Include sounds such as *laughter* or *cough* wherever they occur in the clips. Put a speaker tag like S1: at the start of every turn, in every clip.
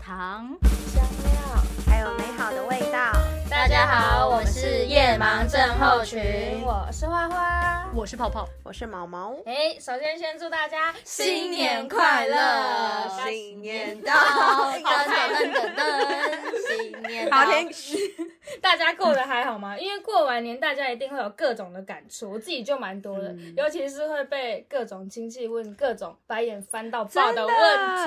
S1: 糖。
S2: 香料，还有美好的味道。
S3: 大家好我们是夜盲症候群
S2: 我是花花，
S1: 我是泡泡，
S2: 我是毛毛。
S3: 哎，首先先祝大家新年快
S2: 快
S3: 乐，
S2: 乐，新年到，
S3: 噔噔噔噔噔，新年到
S2: 好听。
S3: 大家过得还好吗？因为过完年，大家一定会有各种的感触，我自己就蛮多的，
S2: 嗯
S3: 尤其是会被各种亲戚问各种白眼翻到爆的问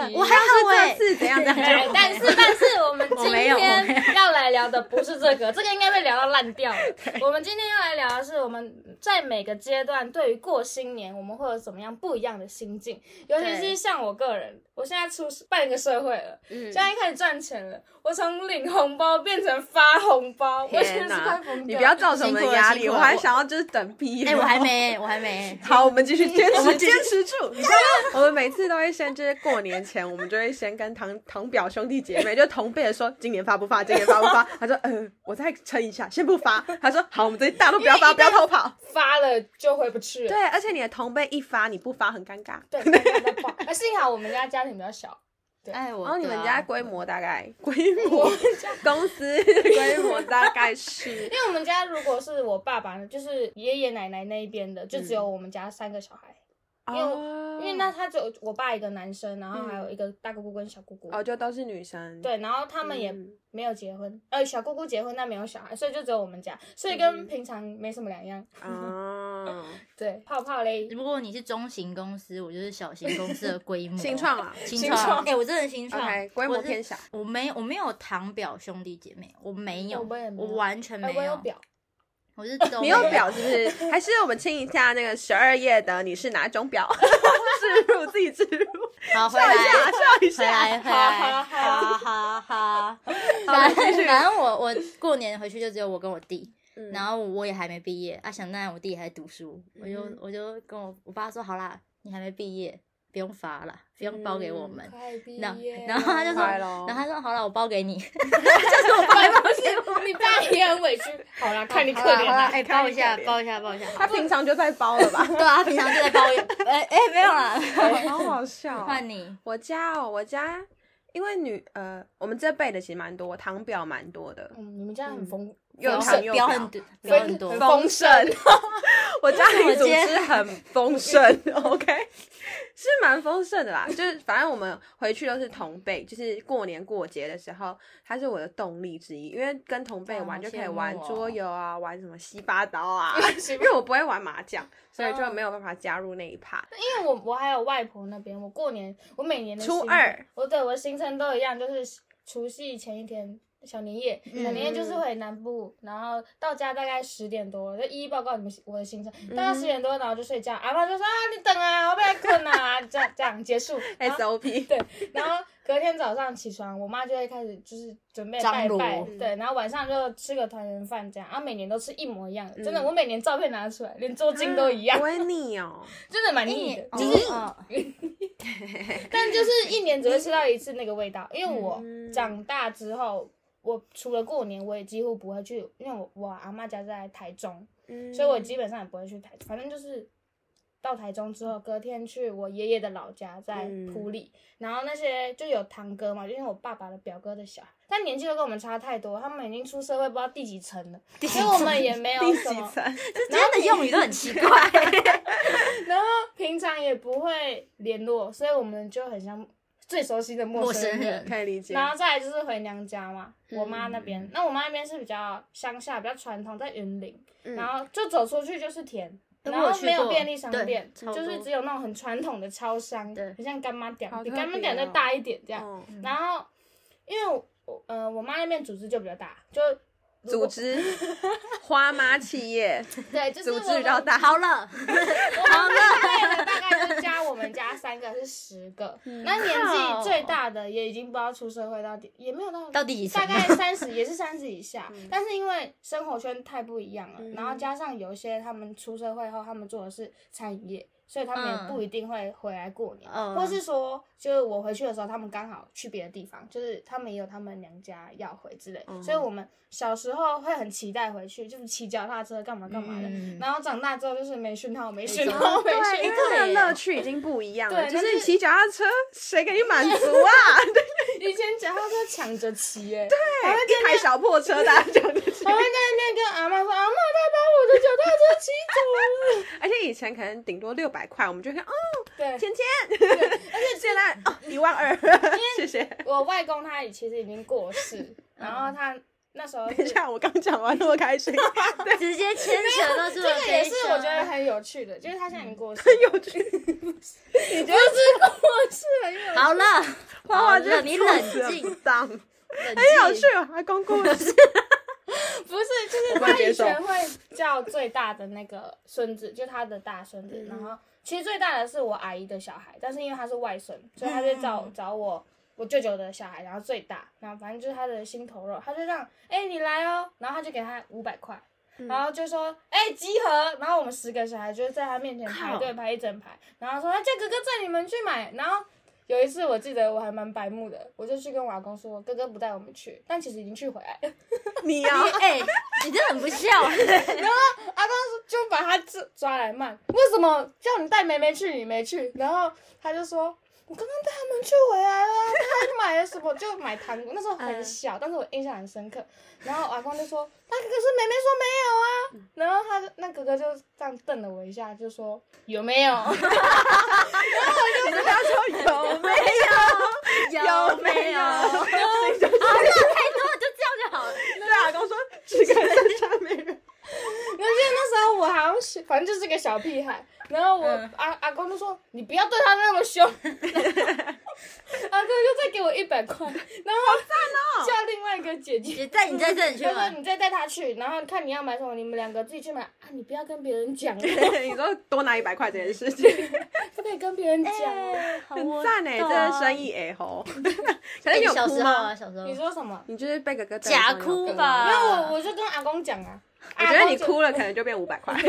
S3: 题。
S2: 我还好欸
S1: 哎
S2: 这次怎样怎
S3: 哎
S2: 样，
S3: 但是但是我们
S2: 我
S3: 今
S2: 没有我没
S3: 天要来聊的不是这个，这个应该被聊到烂掉了。我们今天要来聊的是我们在每个阶段对于过新年，我们会有怎么样不一样的心境，尤其是
S2: 对
S3: 像我个人，我现在出半个社会了，
S2: 嗯
S3: 现在开始赚钱了，我从领红包变成发红包，我真
S2: 天
S3: 的是快
S2: 哪
S3: 疯掉！，
S2: 你不要造成我们的压力，
S1: 辛苦了辛苦
S2: 我
S1: 了
S2: 还想要就是等毕业。。
S1: 哎、我还。没，我还没
S2: *laughs* 好，我们继续坚持，坚持住。你知 *laughs* 道，我们每次都会先，就是过年前，我们就会先跟堂堂表兄弟姐妹，就同辈的说，今年发不发？今年发不发？他说，嗯，我再撑一下，先不发。他说，好，我们这一大都不要发，不要偷跑。
S3: 发了就回不去了。
S2: *laughs* 对，而且你的同辈一发，你不发很尴尬。
S3: 对，对对
S2: *laughs*
S3: 爆！哎幸好我们家家庭比较小，
S1: 哎，我
S2: 然哦后你
S1: 对
S2: 们
S1: 啊
S2: 家规模大概 *laughs* 规模公司规模大概是
S3: 因为我们家如果是我爸爸呢，就是爷爷奶奶那一边的，就只有我们家三个小孩，因为
S2: 哦，
S3: 因为那他只有我爸一个男生，然后还有一个大姑姑跟小姑姑。
S2: 哦就都是女生，，
S3: 对，然后他们也
S2: 嗯
S3: 没有结婚，呃，小姑姑结婚，但没有小孩，所以就只有我们家，所以跟平常没什么两样。
S1: *laughs*
S2: 哦，
S3: 对，泡泡嘞
S1: 只，不过你是中型公司，我就是小型公司的规模。
S2: 新创，啦
S1: 新
S3: 新
S1: 创
S3: 创。
S1: 哎、我真的新创
S2: ，OK，规模偏
S1: 小。
S2: 小，
S1: 我没，我没有堂表兄弟姐妹，我没有，
S3: 我也没有
S1: 完全
S3: 哎，
S1: 没
S3: 我有表，
S1: 我是都
S2: *laughs*
S1: 没
S2: 你有表是不是？还是我们清一下那个十二页的，你是哪
S1: *laughs*
S2: 种表？置入自己置入，
S1: 好， *laughs* 回
S2: 笑一
S1: 来
S2: 下，笑 *laughs* 一
S1: 回来回
S2: 下。
S1: 来，
S3: 哈哈
S1: 哈哈。
S2: 好
S1: 反
S2: 继续
S1: 正反正我我过年回去就只有我跟我弟，
S2: 嗯
S1: 然后我也还没毕业啊，想当然我弟也还在读书，我就我就跟我我爸说好啦，你还没毕业，不用发啦，不用包给我们。
S3: 快毕
S1: 然后
S3: 业，
S1: 然后他就说， *laughs*
S2: 快咯
S1: 然后他说好了，我包给你，
S3: 不 *laughs* 是，你爸也很委屈。好啦，看你可
S1: 好啦
S3: 怜
S1: 好啦，
S3: 啦。
S1: *laughs* 哎，包一下，包一下，包一下。
S2: 他平常就在包了
S1: *laughs*
S2: 吧？
S1: 对啊，他平常就在包， *laughs* 哎哎，没有啦，
S2: 好好笑哦
S1: 换你，
S2: 我家哦，我家因为女呃，我们这辈的其实蛮多，堂表蛮多的，
S3: 嗯，你们家很疯，
S2: 又
S1: 表
S2: 长又
S1: 表
S2: 表
S1: 很多，表很多
S3: 很。
S2: 丰盛。 *laughs* 我家庭组织很
S3: *laughs*
S2: 丰盛，OK，是蛮丰盛的啦。就是反正我们回去都是同辈，就是过年过节的时候，它是我的动力之一，因为跟同辈
S1: 哇
S2: 玩就可
S1: 好
S2: 以
S1: 羡慕
S2: 玩
S1: 哦
S2: 桌游啊，玩什么西巴刀
S3: *laughs*
S2: 啊。
S3: 因
S2: 因为我不会玩麻将，所以就没有办法加入那一趴。
S3: 因为我我还有外婆那边，我过年我每年的
S2: 初
S3: 行
S2: 二，
S3: 我对我的行程都一样，就是除夕前一天小年夜，小年夜就是回南部，然后到家大概十点多，就一一报告你们我的行程，大概十点多然后就睡觉，阿妈就说啊你等啊，我被困啊，这样这样结束，然后
S2: SOP
S3: 对，然后隔天早上起床，我妈就会开始就是准备
S1: 张
S3: 拜
S1: 罗
S3: 拜，对，然后晚上就吃个团圆饭这样，然、啊后每年都吃一模一样的，真的，我每年照片拿出来，连桌巾都一样
S2: *laughs* 不，会腻哦。
S3: *laughs* 真的
S1: 哎
S3: 蛮腻
S1: 哦
S3: 的，就是
S1: 是
S3: 但就是一年只会吃到一次那个味道，因为我长大之后，我除了过年，我也几乎不会去，因为我我阿妈家在台中，
S2: 嗯
S3: 所以我基本上也不会去台，反正就是到台中之后，隔天去我爷爷的老家在
S2: 嗯
S3: 埔里，然后那些就有堂哥嘛，就因为我爸爸的表哥的小孩，但年纪都跟我们差太多，他们已经出社会不知道第几层了，所以我们也没有
S2: 第
S3: 什 *laughs*
S2: 几
S3: 么。
S2: 层？
S1: 这样的用语都很奇怪。
S3: 然后平常也不会联络，所以我们就很像最熟悉的陌生
S1: 陌生人
S3: 人。
S2: *laughs* 可以理解。
S3: 然后再来就是回娘家嘛，我妈那
S1: 嗯
S3: 边，那我妈那边是比较乡下，比较传统，在云林，然后就走出去就是田，
S1: 嗯
S3: 然
S1: 我有
S3: 后
S1: 去
S3: 没有
S1: 过
S3: 便利商
S1: 对
S3: 店，
S1: 超
S3: 就是
S1: 多
S3: 只有那种很传统的超商，
S1: 对
S3: 很像干妈店
S2: 好，
S3: 比
S2: 特
S3: 干妈
S2: 别
S3: 店再
S2: 哦
S3: 大一点这样。
S2: 嗯
S3: 然后因为我我呃我妈那边组织就比较大，就如
S2: 组
S3: 果
S2: 织花妈企业
S3: 对，就是
S2: 组
S3: 我
S2: 织
S3: 们
S2: 比较大，
S1: 好了，
S3: 我
S1: *laughs*
S3: 们那的大概就加我们家三个是十个，
S1: 嗯
S3: 那年纪最大的也已经不知道出社会到底，也没有到
S1: 到第几层
S3: 大？概三十，也是三十以下。 *laughs* 但是因为生活圈太不一样了，然后加上有一些他们出社会后，他们做的是餐饮业，所以他们
S1: 嗯
S3: 也不一定会回来过年，
S1: 嗯
S3: 或是说，就是我回去的时候，他们刚好去别的地方，就是他们也有他们娘家要回之类，所以我们小时候会很期待回去，就是骑脚踏车干嘛干嘛的。
S1: 嗯
S3: 然后长大之后就是没讯号，没讯
S1: 错
S3: 号，没
S2: 哦对，哎
S3: 讯
S2: 因
S3: 号
S2: 为
S1: 对
S2: 它的乐趣已经不一样了。
S3: 对
S2: 就
S3: 但
S2: 是
S3: 是
S2: *laughs* 骑脚踏车，谁给你满足啊？对，
S3: 因你先讲，他说抢着骑耶，
S2: 对，一台小破车，大家 *laughs* 讲得起
S3: 我会在那边跟阿妈说，阿妈，他把我的脚踏车骑走了。
S2: 而且以前可能顶多六百块，我们就看哦，
S3: 对，
S2: 钱钱，而且现在哦一万二，谢谢。
S3: 我外公他其实已经过
S2: *laughs*
S3: 世，然后他那时候
S2: 嗯等一
S3: 是
S2: 下，我刚讲完那么开心， *laughs* 对，
S1: 直接牵扯到这
S3: 这
S1: 么
S3: 个
S1: 悲
S3: 也是我
S1: 伤
S3: 觉得很有趣的，就是他现在已经过世，
S2: 很有趣。 *laughs*
S3: 你觉得是过世了，因为
S1: 好了，
S2: 花花
S1: 好
S2: 真的
S1: 了，你冷静，
S2: 当
S1: 很
S2: 很有趣哦，还公故事。 *laughs*
S3: 不是，就是
S2: 我不能
S3: 他
S2: 接
S3: 以
S2: 受
S3: 前会叫最大的那个孙子，就他的大孙子。然后其实最大的是我阿姨的小孩，但是因为他是外孙，所以他就找、找我我舅舅的小孩，然后最大，然后反正就是他的心头肉，他就让哎、你来哦，然后他就给他五百块。然后就说，哎、集合！然后我们十个小孩就在他面前排队排一整排，然后说，哎叫哥哥载你们去买。然后有一次我记得我还蛮白目的，我就去跟我阿公说，哥哥不带我们去，但其实已经去回来了。
S2: 你啊呀，
S1: 哎、你真的很不孝，
S3: 阿公就把他抓抓来骂，为什么叫你带梅梅去，你没去？然后他就说，我刚刚带他们去回来了，啊他买了什么就买糖果，那时候很小，但是我印象很深刻。然后阿公就说，他可是梅梅说没有啊，然后他就那哥哥就这样瞪了我一下，就说有没有？ *laughs*
S2: 你们不要说 *laughs* 有啊没 *laughs* 有，
S1: 有没有？*laughs*
S2: 有
S1: 好了，
S2: 没有就
S1: 太多了，就这样就好了。
S2: 对阿公说只看山上没人。
S3: 然后就那时候我好像是，反正就是个小屁孩。然后我、阿阿公就说：“你不要对他那么 *laughs* 凶。”阿公就再给我一百块，然后叫另外一个姐姐，
S1: 姐带你在这里去
S2: 啊
S3: 他说：“
S1: 玩，
S3: 你再带他去，然后看你要买什么，你们两个自己去买啊，你不要跟别人
S2: *laughs*
S3: 讲哦，
S2: 你说多拿一百块这件事情，
S3: 不可以跟别人讲哦。
S1: 哎好
S2: *laughs* 很
S1: 窝
S2: 赞哎，
S1: 动
S2: 这生意哎吼。 *laughs* 可是
S1: 哎
S2: 你有
S1: 小
S2: 哭
S1: 时候啊，
S2: 吗？
S1: 小时
S3: 你
S1: 候
S3: 说什么？
S2: 你就是被哥哥
S1: 假哭吧？
S3: 因为我我就跟阿公讲啊，
S2: 我
S3: 我
S2: 觉得你哭了，嗯可能就变五百
S3: *laughs*
S2: 块。
S3: 阿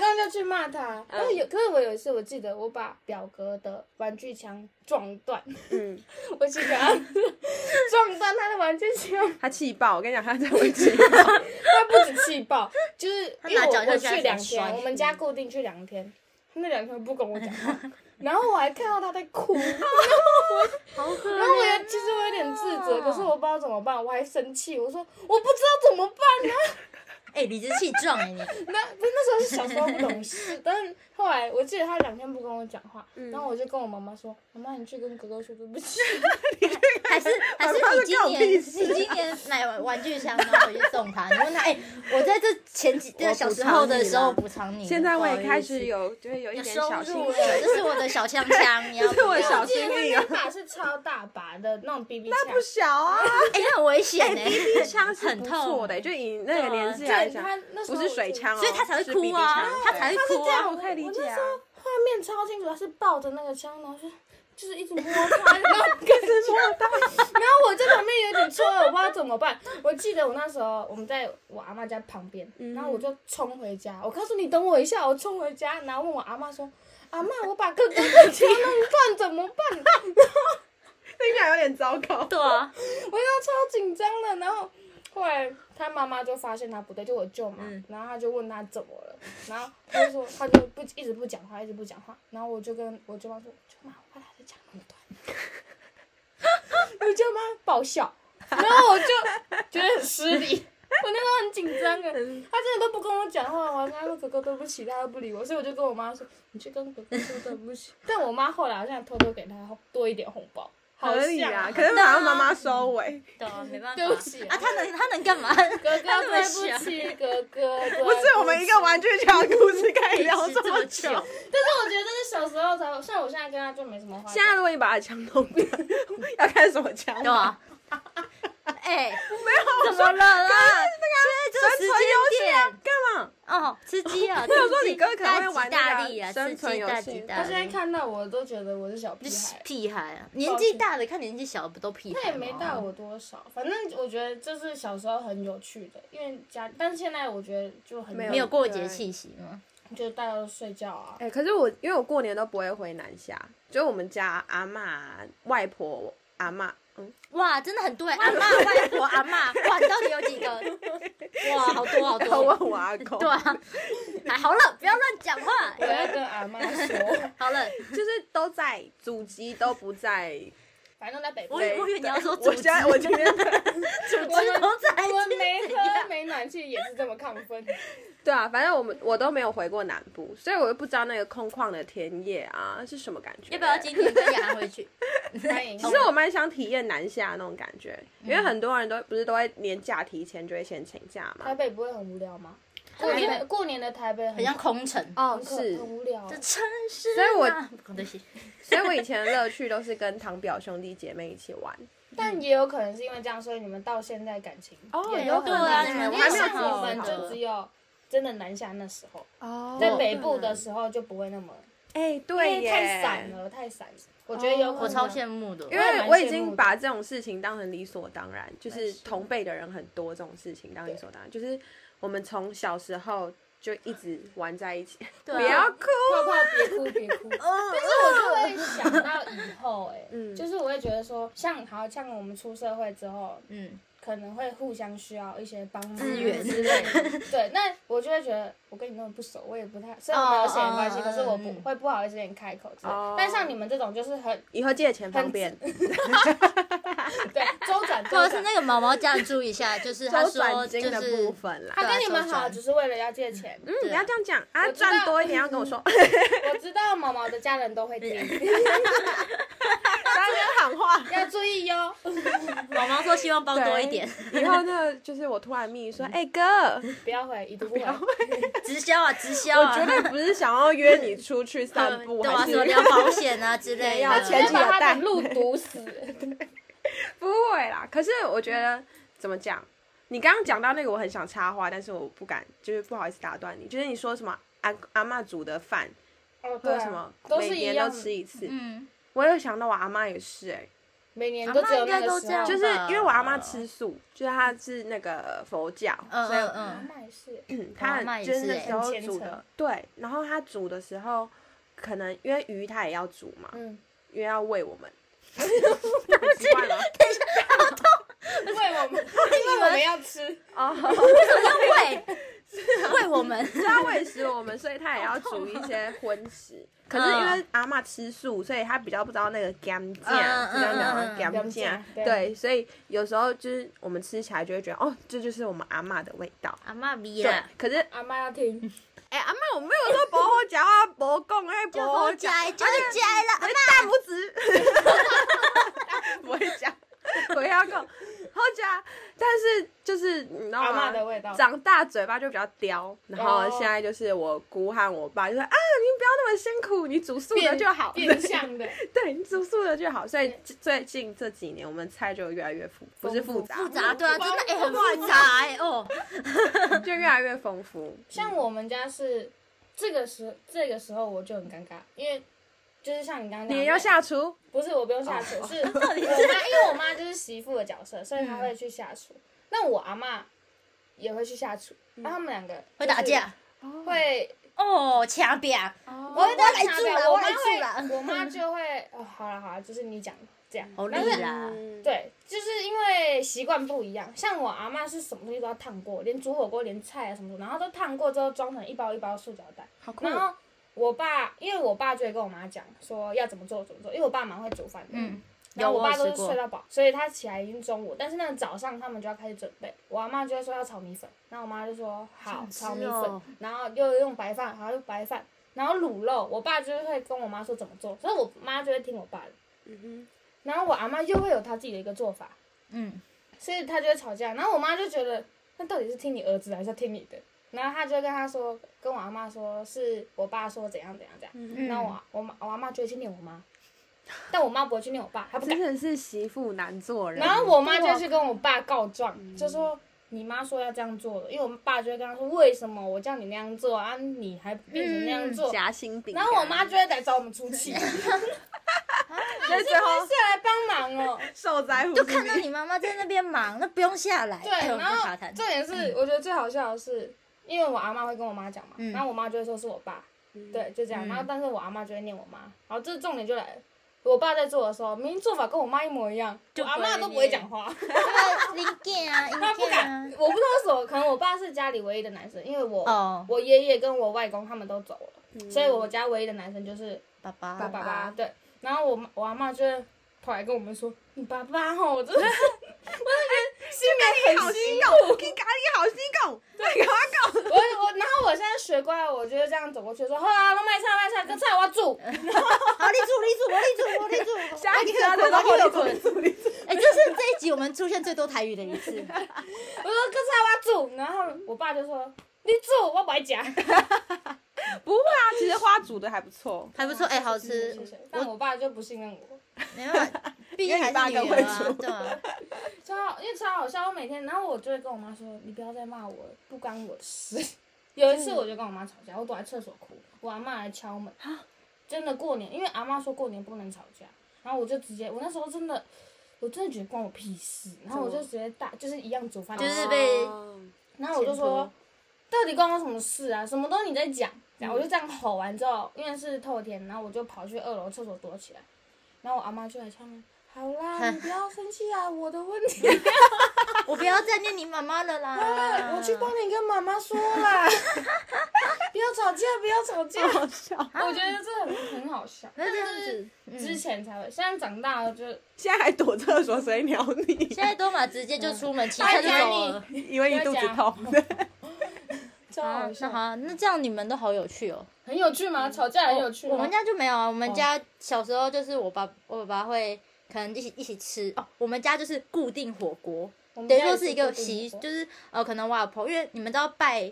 S3: 公就去骂他。然后有，可是我有一次我记得我把表哥的玩具枪撞断，
S2: 嗯，
S3: *laughs* 我去给他撞断他的玩具枪，
S2: 他气爆，我跟你讲，他在会气爆。
S3: 他不止气爆，就是因为
S1: 他拿脚
S3: 我
S1: 下
S3: 我
S1: 去还
S3: 去两
S1: 很酸
S3: 天，我们家固定去两天，那两天不跟我讲话，然后我还看到他在哭，
S1: 好可
S3: 然后我也
S1: 怜。
S3: 其实我有点自责，可是我不知道怎么办，我还生气，我说我不知道怎么办呢、 *laughs*
S1: 哎、理直气壮哎、你，
S3: 那那那时候是小时候不懂事，但是后来我记得他两天不跟我讲话，然后我就跟我妈妈说，妈妈你去跟哥哥说对不起，
S1: 还
S2: *laughs*
S1: 是还是
S2: 我怕
S1: 你
S2: 是
S1: 今
S2: 干我
S1: 年
S2: 屁事啊
S1: 你今年买玩玩具箱，然后回去送他，你问他，哎、我在这前几这个小时候的时候
S2: 我
S1: 补偿你了，
S2: 现在我
S1: 不
S2: 也
S1: 好
S2: 开
S1: 意思啊
S2: 始有，就是有一
S1: 有
S2: 点
S1: 收
S2: 小心
S1: 入了，
S2: 水。
S1: 这是我的小枪
S2: *laughs*
S1: 枪，你要
S2: 这是我的
S1: 不要
S2: 小
S3: 我记得
S2: 心意
S3: 他
S2: 啊
S3: 那把是超大把的那种 BB
S2: 那不
S3: 枪，
S2: 小 *laughs* 啊，
S1: 哎、那很危险哎、 *laughs*
S2: BB 枪是
S1: 很
S2: 不
S1: 痛
S2: 错的，就以那
S1: 对
S2: 个
S1: 啊
S2: 年纪来
S3: 对，
S2: 讲，
S3: 他那时
S2: 不
S3: 候
S2: 是水枪哦，
S1: 所以他才会
S2: 是
S1: 哭啊
S2: BB 枪，
S1: 他才会
S2: 对
S1: 哭
S2: 这样
S1: 啊
S2: 我。可以理解啊
S3: 哦我那时候画面超清楚，他是抱着那个枪，然后就就是一直摸
S2: *laughs*
S3: 它，然后跟着摸它，然后我在旁边有点错愕，我不知道怎么办。我记得我那时候我们在我阿妈家旁边，
S2: 嗯
S3: 然后我就冲回家，我告诉你等我一下，我冲回家，然后问我阿妈说。阿妈，我把哥哥的枪弄断怎么办？ *laughs*
S2: 听起来有点糟
S1: *laughs*
S2: 糕。
S1: 对啊，
S3: 我要超紧张的。然后后来他妈妈就发现他不对，就我舅妈，
S2: 嗯
S3: 然后他就问他怎么了，然后他就说他就不一直不讲话，一直不讲话。然后我就跟我舅妈说，舅妈，我把他的脚弄断了。我舅妈爆笑，然后我就觉得很失礼。我那时候很紧张哎，他真的都不跟我讲话，我还跟他说哥哥对不起，他都不理我，所以我就跟我妈说，你去跟哥哥说对不起。但我妈后来好像偷偷给他多一点红包，好
S2: 合理
S3: 像
S2: 啊，
S3: 啊
S2: 可是马上妈妈收尾，
S1: 对啊，没办法。
S3: 对不起
S1: 啊，他能他能干嘛？
S3: 哥哥，
S1: 他那么
S3: 对
S1: 小
S3: 不起，哥哥，对
S2: 不是我们一个玩具枪的故事可以
S1: 一
S2: 聊
S1: 直这
S2: 么
S1: 么
S2: 久
S1: 久。
S3: 但是我觉得这是小时候才，虽然我现在跟他就没什么话。
S2: 现在如果你把他枪弄掉， *laughs* 要看什么枪？
S1: 对啊。哎、
S2: 没有，
S1: 怎么了啦？
S2: 生
S1: 现在这个时
S2: 存
S1: 间
S2: 游戏
S1: 点
S2: 啊，干嘛？
S1: 哦，吃鸡
S2: *laughs*
S1: 啊！我
S2: 我说你哥可能会玩那个
S1: 大力啊，
S2: 生
S1: 吃
S2: 存
S1: 鸡
S2: 游
S1: 大
S2: 戏
S1: 吉
S3: 他
S1: 大
S3: 现在
S1: 利。
S3: 看到我都觉得我是小屁
S1: 就是
S3: 孩，
S1: 屁孩啊，年纪大的看年纪小的不都屁孩
S3: 他
S1: 吗？
S3: 也没大我多少。反正我觉得这是小时候很有趣的，因为家，但是现在我觉得就很
S1: 没有过节
S2: 啊
S1: 气息
S2: 嗯
S1: 吗？
S3: 就大家都睡觉啊。
S2: 哎、可是我因为我过年都不会回南下，就我们家阿妈、外婆、阿妈，
S1: *laughs*
S2: 嗯，
S1: 哇，真的很对，
S2: *laughs*
S1: 阿妈、外婆、阿妈，哇，你到底有几个？
S2: *laughs*
S1: 哇，好多好
S2: 要问
S1: 多。
S2: 我阿公， *laughs*
S1: 对啊，哎，好了，不要乱讲话。
S3: 我要跟阿妈说， *laughs*
S1: 好了，
S2: 就是都在祖籍都不在
S3: 反正都在北部。
S1: 我以我以为你要说
S2: 我
S1: 组
S2: 现
S1: 织
S2: 在我今天
S1: 组织都在
S3: 我
S1: 一起
S3: 没喝没暖气也是这么亢奋，
S1: *laughs*
S2: 对啊，反正我们我都没有回过南部，所以我又不知道那个空旷的田野啊是什么感觉。
S1: 要不要今天跟杨回 *laughs* 去？
S3: 欢迎。
S2: 其实我蛮想体验南下那种感觉，因为很多人都不是都会年假提前就会先请假
S3: 台
S2: 嘛。
S3: 北不会很无聊吗？过
S1: 北
S3: 年过年的台北
S1: 很
S3: 很
S1: 像空城。
S2: 哦，
S3: 可
S2: 是
S3: 很，无聊啊
S1: 这。城市
S2: 所以我
S1: 啊，不对不起，
S2: *laughs* 所以我以前的乐趣都是跟堂表兄弟姐妹一起玩。
S1: 嗯
S3: 但也有可能是因为这样，所以你们到现在感情
S2: 哦
S3: 也
S2: 有
S3: 都很
S2: 可
S3: 难
S2: 能啊
S3: 因
S2: 你
S3: 为
S2: 们还没有
S3: 像欸我
S2: 自
S3: 们
S2: 己
S3: 就只有真的南下那时候，
S2: 哦
S3: 在北部
S1: 啊
S3: 的时候就不会那么，
S2: 候，哎，
S3: 因
S2: 对
S3: 为
S2: 耶，
S3: 太散了，太散了。我觉得有可能，
S1: 哦我超羡慕的。
S3: 我
S2: 因
S3: 也
S2: 为
S3: 蛮
S2: 我已
S3: 羡慕
S2: 经
S3: 的
S2: 把这种事情当成理所当然，就是
S3: 是
S2: 同辈的人很多这种事情当理所当然，就是我们从小时候就一直玩在一起。
S1: 对
S2: *laughs* 不
S1: 啊
S2: 要哭，
S3: 泡泡别
S1: *laughs*
S3: 哭别哭。但是我就会想到以后、哎，
S2: 嗯
S3: 就是我会觉得说，像好像我们出社会之后，
S2: 哦
S1: 嗯，
S3: 可能会互相需要一些帮忙
S1: 资源
S3: 之类
S1: *laughs*
S3: 的。对，那我就会觉得我跟你那么不熟，我也不太，虽然我们有血缘关系，
S1: 哦
S3: 可是我不
S1: 嗯
S3: 会不好意思跟你开口之类的
S2: 哦
S3: 但像你们这种就是很
S2: 以后借钱方便。
S3: 对周转
S1: 或
S3: 周
S1: 者是
S3: 转。
S1: 那个毛毛酱注意一
S2: *laughs*
S1: 下，就是他
S2: 周
S1: 说
S2: 转金
S1: 就
S2: 的
S1: 是
S2: 部分啦。
S3: 他跟你们
S1: 对啊周
S3: 好，
S1: 转
S3: 只是为了要借钱。
S2: 嗯，不
S1: 对
S2: 要这样讲啊，
S3: 我知道
S2: 赚多一点要跟我说，
S3: 我知道毛毛的家人都会听，
S2: 大家喊话。
S3: *laughs* 要注意哟。
S1: 毛毛说希望包多一点，
S2: *laughs* 以后呢，就是我突然密说，
S3: 嗯
S2: 哎、哥，
S3: 不要回，一定不回。
S1: *laughs* 直销啊直销
S2: 我
S1: 啊，
S2: 绝对不是想要约你出去散
S1: *laughs*
S2: 步，
S1: 对啊，
S2: 还
S1: 什么
S2: 是 *laughs*
S1: 聊保险啊之类
S2: 要
S1: 的，
S2: 前
S3: 直接
S2: 期
S3: 把
S2: 有带
S3: 他的路堵死。
S2: 不会啦。可是我觉得怎么讲，你刚刚讲到那个，我很想插话，但是我不敢，就是不好意思打断你。就是你说什么阿阿嬷煮的饭，
S3: 哦，
S2: 或
S3: 对
S2: 者
S3: 啊，
S2: 什么
S3: 都
S2: 每
S3: 是一
S2: 年
S3: 样
S2: 都，吃一次，
S1: 嗯，
S2: 我有想到我阿嬷也是、哎，
S3: 每年都只有那
S1: 阿嬷应该
S3: 个时
S1: 都这
S3: 候。
S1: 样
S2: 就是因为我阿嬷吃素，就是她是那个佛教，
S1: 嗯
S2: 所以
S1: 嗯
S3: 阿
S1: 嗯，
S3: 嬷也是，
S1: 我
S2: 他
S1: 阿嬷也
S2: 就是
S1: 是
S2: 那
S1: 欸
S2: 时候
S3: 很虔
S2: 煮
S3: 诚
S2: 的，对，然后他煮的时候，可能因为鱼他也要煮嘛，
S3: 嗯，
S2: 因为要喂我
S1: *laughs*
S2: 们。 *laughs* 很奇怪吗？
S3: 喂我们，因为我们要吃。
S2: 哦，
S1: 为
S2: *laughs*
S1: 为为我们，
S2: 是要喂食我们，所以他也要煮一些荤
S1: *laughs*
S2: 食。可是因为阿嬷吃素，所以他比较不知道那个干酱，
S1: 嗯
S2: 这样讲
S1: 嗯
S2: 的
S1: 嗯嗯
S3: 干
S2: 干酱
S3: 酱。
S2: 对，所以有时候就是我们吃起来就会觉得，哦，这就是我们阿嬷的味道。
S1: 阿妈逼
S2: 对
S1: 啊，，
S2: 可是
S3: 阿妈要听，
S2: 哎，阿嬷，我没有说不好讲啊，不讲哎，不
S1: 就
S2: 好
S1: 我
S2: 讲。
S1: 家就是家了，
S2: 哎，大拇指， *laughs* 不会讲，我要讲，好讲，但是就是你知道
S3: 阿
S2: 吗
S3: 嬷？的味道。
S2: 啊长大嘴巴就比较刁，然后
S3: 哦
S2: 现在就是我姑和我爸就说啊，你不要那么辛苦，你煮素的就好，
S3: 变相的，
S2: *laughs* 对，你煮素的就好。所以最近这几年，我们菜就越来越复，不是复杂，
S1: 复杂对啊，真的哎很
S2: 哇
S1: 复杂哎哦，
S2: 就越来越丰富。嗯
S3: 像我们家是这个时这个时候我就很尴尬，因为就是像你刚刚讲的，
S2: 你要下厨，
S3: 不是我不用
S1: 哦
S3: 下
S1: *laughs*
S3: 厨，是我妈，
S1: 到底
S3: 因
S1: 是
S3: 为我妈就是媳妇的角色，所以她会去下
S1: 嗯
S3: 厨。那我阿妈也会去下厨，然后他们两个就是
S1: 会打，架
S3: 会
S1: 哦，强表，
S3: 我会
S1: 我来
S3: 打架
S1: 住啦
S3: 我
S1: 我
S3: 妈
S1: 来住啦
S3: 会，我妈就会哦，好了好了，就是你讲这样，
S1: 好厉
S3: 但是
S1: 啦，
S2: 嗯，
S3: 对，就是因为习惯不一样，像我阿妈是什么东西都要烫过，连煮火锅、连菜啊什么的，然后都烫过之后装成一包一包塑胶袋。
S2: 好酷。
S1: 嗯
S3: 然后我爸，因为我爸就会跟我妈讲说要怎么做怎么做，因为我爸蛮会煮饭的。
S1: 嗯。
S3: 然后
S1: 有
S3: 我爸
S1: 我有
S3: 都
S1: 吃
S3: 是睡到饱，所以他起来已经中午，但是那个早上他们就要开始准备。我阿妈就会说要炒米粉，然后我妈就说好
S1: 想吃
S3: 炒米
S1: 哦
S3: 粉，然后又用白饭，然后又白饭，然后卤肉，我爸就会跟我妈说怎么做，所以我妈就会听我爸的。
S2: 嗯
S3: 然后我阿妈又会有她自己的一个做法，
S1: 嗯，
S3: 所以他就会吵架。然后我妈就觉得，那到底是听你儿子的还是要听你的？然后他就跟他说，跟我阿妈说，是我爸说怎样怎样怎样。
S2: 哼
S1: 嗯
S3: 然后我我妈我阿妈就会去念我妈，但我妈不会去念我爸，她不敢
S2: 真。的是媳妇难做人。
S3: 然后我妈就去跟我爸告状，
S1: 嗯
S3: 就说你妈说要这样做的，因为我爸就会跟她说，为什么我叫你那样做啊，你还变成那样
S1: 嗯
S3: 做。
S2: 夹心饼干，
S3: 然后我妈就会来找我们出气，
S2: 所以最后
S3: 是来帮忙哦。
S2: 受灾户
S1: 就看到你妈妈在那边忙，那不用下来，
S3: 对，
S1: 哎呦
S3: 然
S1: 跟
S3: 后
S1: 茶坛
S3: 重点
S1: 嗯
S3: 是，我觉得最好笑的是，因为我阿妈会跟我妈讲嘛，然后我妈就会说是我爸，对，就这样。
S1: 嗯
S3: 然后但是我阿妈就会念我妈，然后这重点就来了。我爸在做的时候，明明做法跟我妈一模一样，
S1: 就
S3: 我阿妈都不
S1: 不会
S3: 会
S1: 念
S3: 讲话，
S1: 零件啊，零
S3: 他不
S1: 件啊
S3: 敢。，我不知道为什么，可能我爸是家里唯一的男生，因为我、
S1: 哦
S3: 我爷爷跟我外公他们都走了，所以我家唯一的男生就是
S1: 爸爸，
S3: 我爸
S2: 爸
S3: 爸。对，然后我妈我阿妈就会跑来跟我们说，你爸爸吼，我真的
S1: *laughs*
S3: 是，我真的觉得心里
S2: 好
S3: 很
S2: 心
S3: 辛
S1: 哦
S2: 动，跟咖喱好心动，对，跟我搞。
S3: 我我，然后我现在学乖了，我就这样走过去说：“好啦，拢卖菜卖菜，跟菜我
S1: *laughs*
S3: 煮。
S1: 好，立住，立住，我立住，我立住。
S2: *laughs* 下一
S1: 你
S2: 次
S1: 很
S2: 啊，
S1: 困
S2: 这都
S1: 啊你很
S2: 后
S1: 困
S2: 你助理组，
S1: 哎，这是这一集我们出现最多台语的一次。
S3: 我说：“跟菜我煮。”然后我爸就说：“你煮，我不爱讲。
S2: *laughs* 不会啊，其实花煮的还不错。
S1: 还不 *laughs* 错，哎、好
S3: 谢
S1: 吃
S3: 谢。谢谢但我爸就不信任我，
S1: 没办法，毕竟
S2: 因为
S1: 还
S2: 你爸
S1: 是女
S2: 更
S1: 儿
S2: 会
S1: 啊
S2: 煮，
S1: 对啊，
S3: 超好因为超好笑。我每天，然后我就会跟我妈说：“你不要再骂我了，不干我的事。”有一次我就跟我妈吵架，我躲在厕所哭，我阿妈来敲门。真的过年，因为阿妈说过年不能吵架，然后我就直接，我那时候真的，我真的觉得关我屁事，然后我就直接大，就是一样煮饭，
S1: 就是被
S4: 哦
S3: 然后我就
S1: 前
S3: 说
S1: 途，
S3: 到底关我什么事啊？什么都你在讲，然后
S1: 嗯
S3: 我就这样吼完之后，因为是透天，然后我就跑去二楼厕所躲起来，然后我阿妈就在上面。好啦，你不要生气啊，我的问
S1: *laughs*
S3: 题，
S1: 我不要再念你妈妈了啦。
S3: *laughs* 我去帮你跟妈妈说啦，
S1: *laughs*
S3: 不要吵架，不要吵架。
S2: 好笑。
S3: 我觉得这很很好笑，
S1: 那
S3: 但
S1: 这样
S3: 是
S1: 子，
S3: 之前才会，现在长大了就
S2: 现在还躲厕所，谁鸟你？
S1: 现在多玛直接就出门，骑
S3: 大
S1: 车就
S3: 家
S1: 走
S3: 你
S1: 了。
S2: *laughs* 以为你肚子痛，
S3: 超
S1: 啊
S3: 好，
S1: 那
S3: 笑，
S1: 好，那这样你们都好有趣哦。
S3: 很有趣吗？吵架很有趣吗？哦
S1: 我们家就没有啊，我们家小时候就是我爸，我爸爸会可能一起一起吃哦。我们家就是固定火锅，
S3: 我们
S1: 等于
S3: 家
S1: 说
S3: 也
S1: 是一个
S3: 固定
S1: 习，
S3: 的
S1: 就是呃，可能我阿婆，因为你们知道拜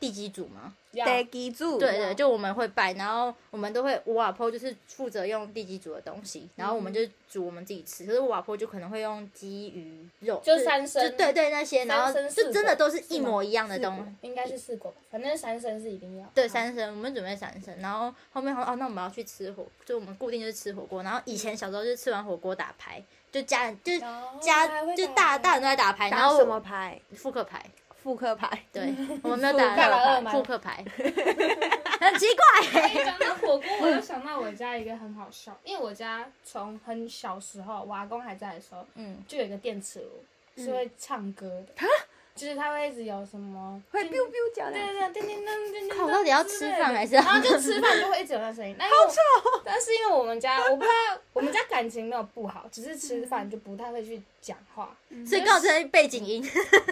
S1: 地基主吗？
S3: 要
S2: 得记住。
S1: 对
S3: 啊
S1: 对，就我们会拜，然后我们都会我瓦婆就是负责用地基煮的东
S3: 嗯
S1: 西，然后我们就煮我们自己吃。可是我瓦婆就可能会用鸡
S4: 嗯
S1: 鱼肉，
S3: 就是
S1: 就
S3: 三生
S1: 对对那些，然后
S3: 三生四
S1: 就真的
S3: 果
S1: 都是一
S3: 吗
S1: 模一样的
S3: 四
S1: 东
S3: 果应该是四果吧，反正三生是一定要。
S1: 对，三生，我们准备三生，然后后面好哦，那我们要去吃火，就我们固定就是吃火锅。然后以
S3: 嗯
S1: 前小时候就吃完火锅打牌，就家人就是
S3: 哦还
S1: 家
S3: 会
S1: 就
S3: 打
S1: 大
S3: 牌
S1: 大人都在打牌，然
S4: 打
S1: 后
S4: 什么牌？
S1: 复刻牌，
S4: 复刻牌。
S3: *laughs*
S1: 对我们没有
S3: 复
S1: 打
S3: 刻
S1: 那
S3: 了
S1: 个
S3: 吗
S1: 牌，复刻牌，
S3: *laughs*
S1: 很奇怪、
S3: 哎讲到火锅，我又想到我家一个很好笑，因为我家从很小时候，我阿公还在的时候，
S1: 嗯，
S3: 就有一个电磁炉是会唱歌的，就是它会一直有什么，
S4: 会
S3: 叮
S4: biu biu 叫的
S3: 对，对对，叮叮当叮叮
S1: 靠
S3: 当，
S1: 到底要吃饭还是要
S3: 然后就吃饭就会一直有那声音，好吵。但是因为我们家，我不知道我们家感情没有不好，只是吃饭就不太会去讲话，
S1: 所以刚好是背景音。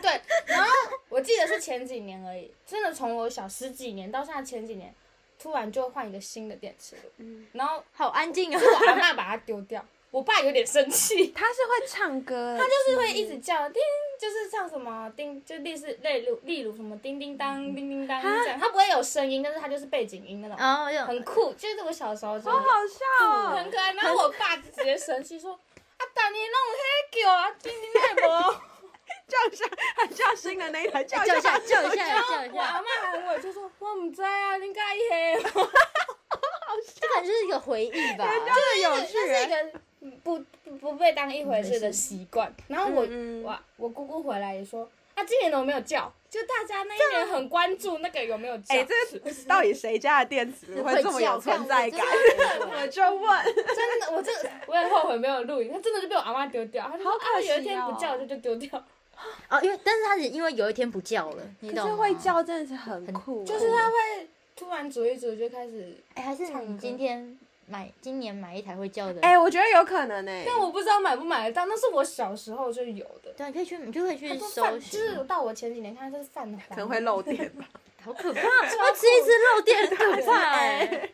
S3: 对，然后我记得是前几年而已，真的从我小十几年到现在前几年，突然就换一个新的电池炉，
S1: 嗯
S3: 然后
S1: 好安
S3: *laughs*
S1: 静哦。
S3: 我阿妈把它丢掉，我爸有点生气，
S4: 他是会唱歌，他
S3: 他就是会一直叫叮，就是像什么叮，就类似例如例如什么叮叮当、
S1: 嗯
S3: 叮叮当这样，他不会有声音，但是他就是背景音那种，
S1: 然后又
S3: 很酷，就是我小时候就有
S4: 好笑
S3: 很
S4: 哦。
S3: 可爱。然后我爸就直接生气说：“啊，当年弄黑狗啊，叮叮太无。”
S2: 叫一下，他叫醒了那一台，叫
S1: 哎叫一
S2: 一
S1: 下，
S2: 下，
S1: 叫一下，叫一
S3: 我阿
S1: 下，
S3: 妈喊我，就说我唔知啊，你介意黑？
S1: 这可能就是一个回忆吧。
S2: 这有
S3: 这
S2: 趣
S3: 是一
S2: 欸。
S3: 个嗯不不不被当一回事的习惯。然后我
S2: 嗯嗯
S3: 我我姑姑回来也说，啊，今年怎么没有叫？就大家那一年很关注那个有没有叫。
S2: 哎，这个到底谁家的电磁炉会这么有存在感？我就问，
S3: 真的，我这我也后悔没有录影，他真的就被我阿妈丢掉。他就说、
S4: 好可
S3: 啊，
S4: 惜哦
S3: 有一天不叫就就丢掉。
S1: 哦，因为但是他是因为有一天不叫了，你
S4: 可
S1: 懂
S4: 是
S1: 吗？
S4: 会。叫真的是很酷，哦
S3: 就是他会突然煮一煮就开始，
S1: 哎，还是你今天买，今年买一台会叫的。
S4: 哎，我觉得有可能
S2: 欸
S1: 啊
S4: 哎。
S3: 但我不知道买不买得到，那是我小时候就有的。
S1: 对，你可以去，你就可以去
S3: 他说
S1: 搜
S3: 泛，就
S1: 寻。
S3: 是到我前几年看它就是泛黄，
S2: 可能会漏电吧，
S1: 好可怕！我吃一只漏电，很可怕哎。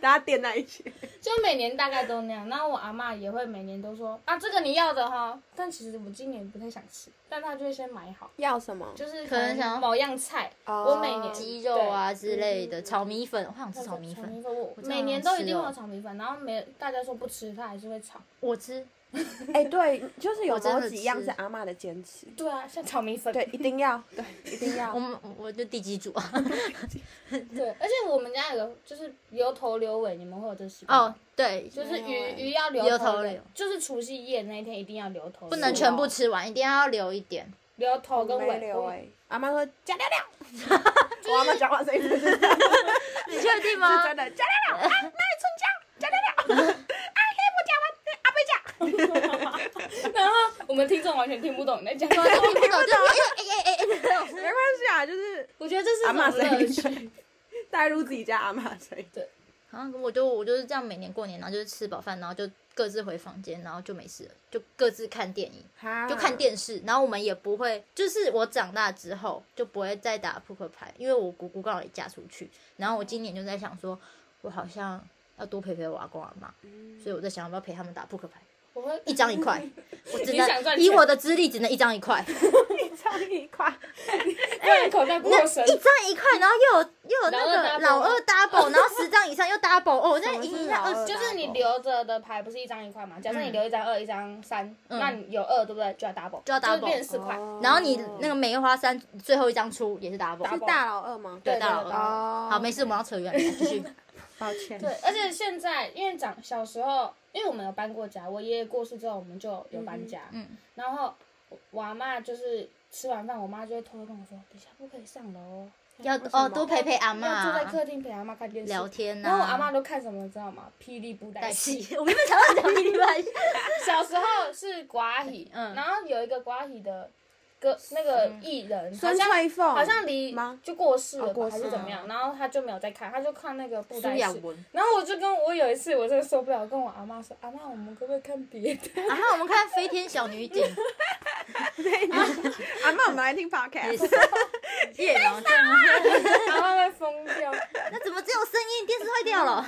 S2: 大家电在一起。
S3: *laughs* 就每年大概都那样，然后我阿嬷也会每年都说啊，这个你要的哈，但其实我今年不太想吃，但她就会先买好，
S4: 要什么？
S3: 就是
S1: 可能想要
S3: 某样菜，
S4: 哦
S3: 我每年
S1: 鸡肉啊之类的，炒米粉，我想吃炒米粉，
S3: 我
S1: 真的
S3: 每年
S1: 好
S3: 都
S1: 吃
S3: 一定会
S1: 哦
S3: 有炒米粉，然后没大家说不吃，她还是会炒。
S1: 我吃。
S4: 哎，对，就是有
S1: 我真
S4: 某
S1: 的
S4: 几样
S1: 吃
S4: 是阿嬷的坚持，
S3: 对啊，像炒米粉，
S4: 对，一定要，对，一定要
S1: 我。们我就第几组啊？
S3: 对，而且我们家有个就是留头留尾，你们会有这习惯吗
S1: 哦，，对，
S3: 就是
S4: 没有
S3: 鱼
S4: 欸
S3: 鱼要
S1: 留
S3: 留
S1: 头
S3: 头
S1: 留
S3: 留，就是除夕夜那一天一定要留头留尾，
S1: 不能全部吃完，一定要留一点。
S3: 留头跟
S4: 没
S3: 尾
S4: 留
S3: 部。
S4: 哎，阿妈说加料
S1: *laughs*
S4: 料，
S2: 我阿妈讲话声音是真的，
S1: 你确定
S2: 是真的，加
S1: *laughs*
S2: 料料，
S4: 欸
S3: *laughs* 然后我们听众完全听不懂你在讲
S1: 我
S3: 什
S1: 听
S3: 么，
S1: 不懂，就哎哎哎哎那种。
S2: 没关系啊，就是
S3: 我觉得这是
S2: 阿
S3: 一
S2: 妈
S3: 种乐
S4: *laughs*
S2: 声
S3: 趣。
S2: 音，带入自己家阿妈声音。
S3: 对
S1: 然后我就我就是这样，每年过年，然后就是吃饱饭，然后就各自回房间，然后就没事了，就各自看电影，
S4: 哈
S1: 就
S2: 嗯
S1: 看电视。然后我们也不会，就是我长大之后就不会再打扑克牌，因为我姑姑刚好也嫁出去。然后我今年就在想说，我好像要多陪陪我阿公阿妈，所以我在想要不要陪他们打扑克牌，
S3: 我会
S1: 一张一块，我只
S3: 你想赚
S1: 能
S3: 钱
S1: 以我的资历只能一张一块。
S4: 超一
S1: *laughs*
S4: 块，
S3: 哎，口袋不够深
S1: 一，张一块，然后又有又有那个老
S3: 老
S1: 二
S3: 二
S1: double，然后十张以上又 double，哦，那一
S4: 什么是
S1: 下
S4: 老
S1: 二
S4: 二
S1: 十，
S3: 就是你留着的牌不是一张一块嘛？假设你留一张二、一张三，那你有二对不对？就要 double，
S1: 嗯就要 double
S3: 是变四块。
S4: 哦
S1: 然后你那个梅花三最后一张出也是 double，
S4: 是
S3: double
S4: 大老二吗？
S1: 对
S3: 对
S1: 大老
S3: 对
S1: 二。
S4: 哦，
S1: 好，没事，我们要扯远了，继续。
S2: 抱歉，
S3: 对，而且现在因为长小时候，因为我们有搬过家，我爷爷过世之后我们就有搬家，
S1: 嗯，
S3: 然后我我阿妈就是吃完饭，我妈就会偷偷跟我说，等一下不可以上楼哦，
S1: 要
S4: 为什么
S1: 哦多陪陪阿
S3: 要坐
S1: 妈
S3: 在客厅陪阿妈看电视
S1: 聊。天呐。
S3: 然后我阿妈都看什么，你知道吗？霹雳布袋
S1: 带 *laughs*
S3: 戏。
S1: 戏，我们没有想到讲另外一
S2: *laughs*
S1: 半，
S3: 小时候是瓜
S1: *laughs*
S3: 喜，
S1: 嗯
S3: 然后有一个瓜喜的歌，那个艺人，好
S4: 孙
S3: 像
S4: 翠凤
S3: 好像离
S4: 吗
S3: 就过世了
S4: 哦过
S3: 吧，
S4: 世
S3: 还是怎么样？然后他就没有再看，他就看那个布
S1: 苏
S3: 袋
S1: 亚
S3: 戏。
S1: 文。
S3: 然后我就跟我有一次我真的受不了，跟我阿妈说：“阿妈，我们可不可以看别的 *laughs*
S1: 然啊后我们看《飞天小女
S2: *laughs*
S1: 警》
S2: 阿妈，我们来
S1: 也
S2: 听 podcast。
S1: 是夜郎正？”
S3: 阿妈会疯掉。
S1: *laughs* 那怎么只有声音？电视坏掉
S2: *laughs*
S1: 了。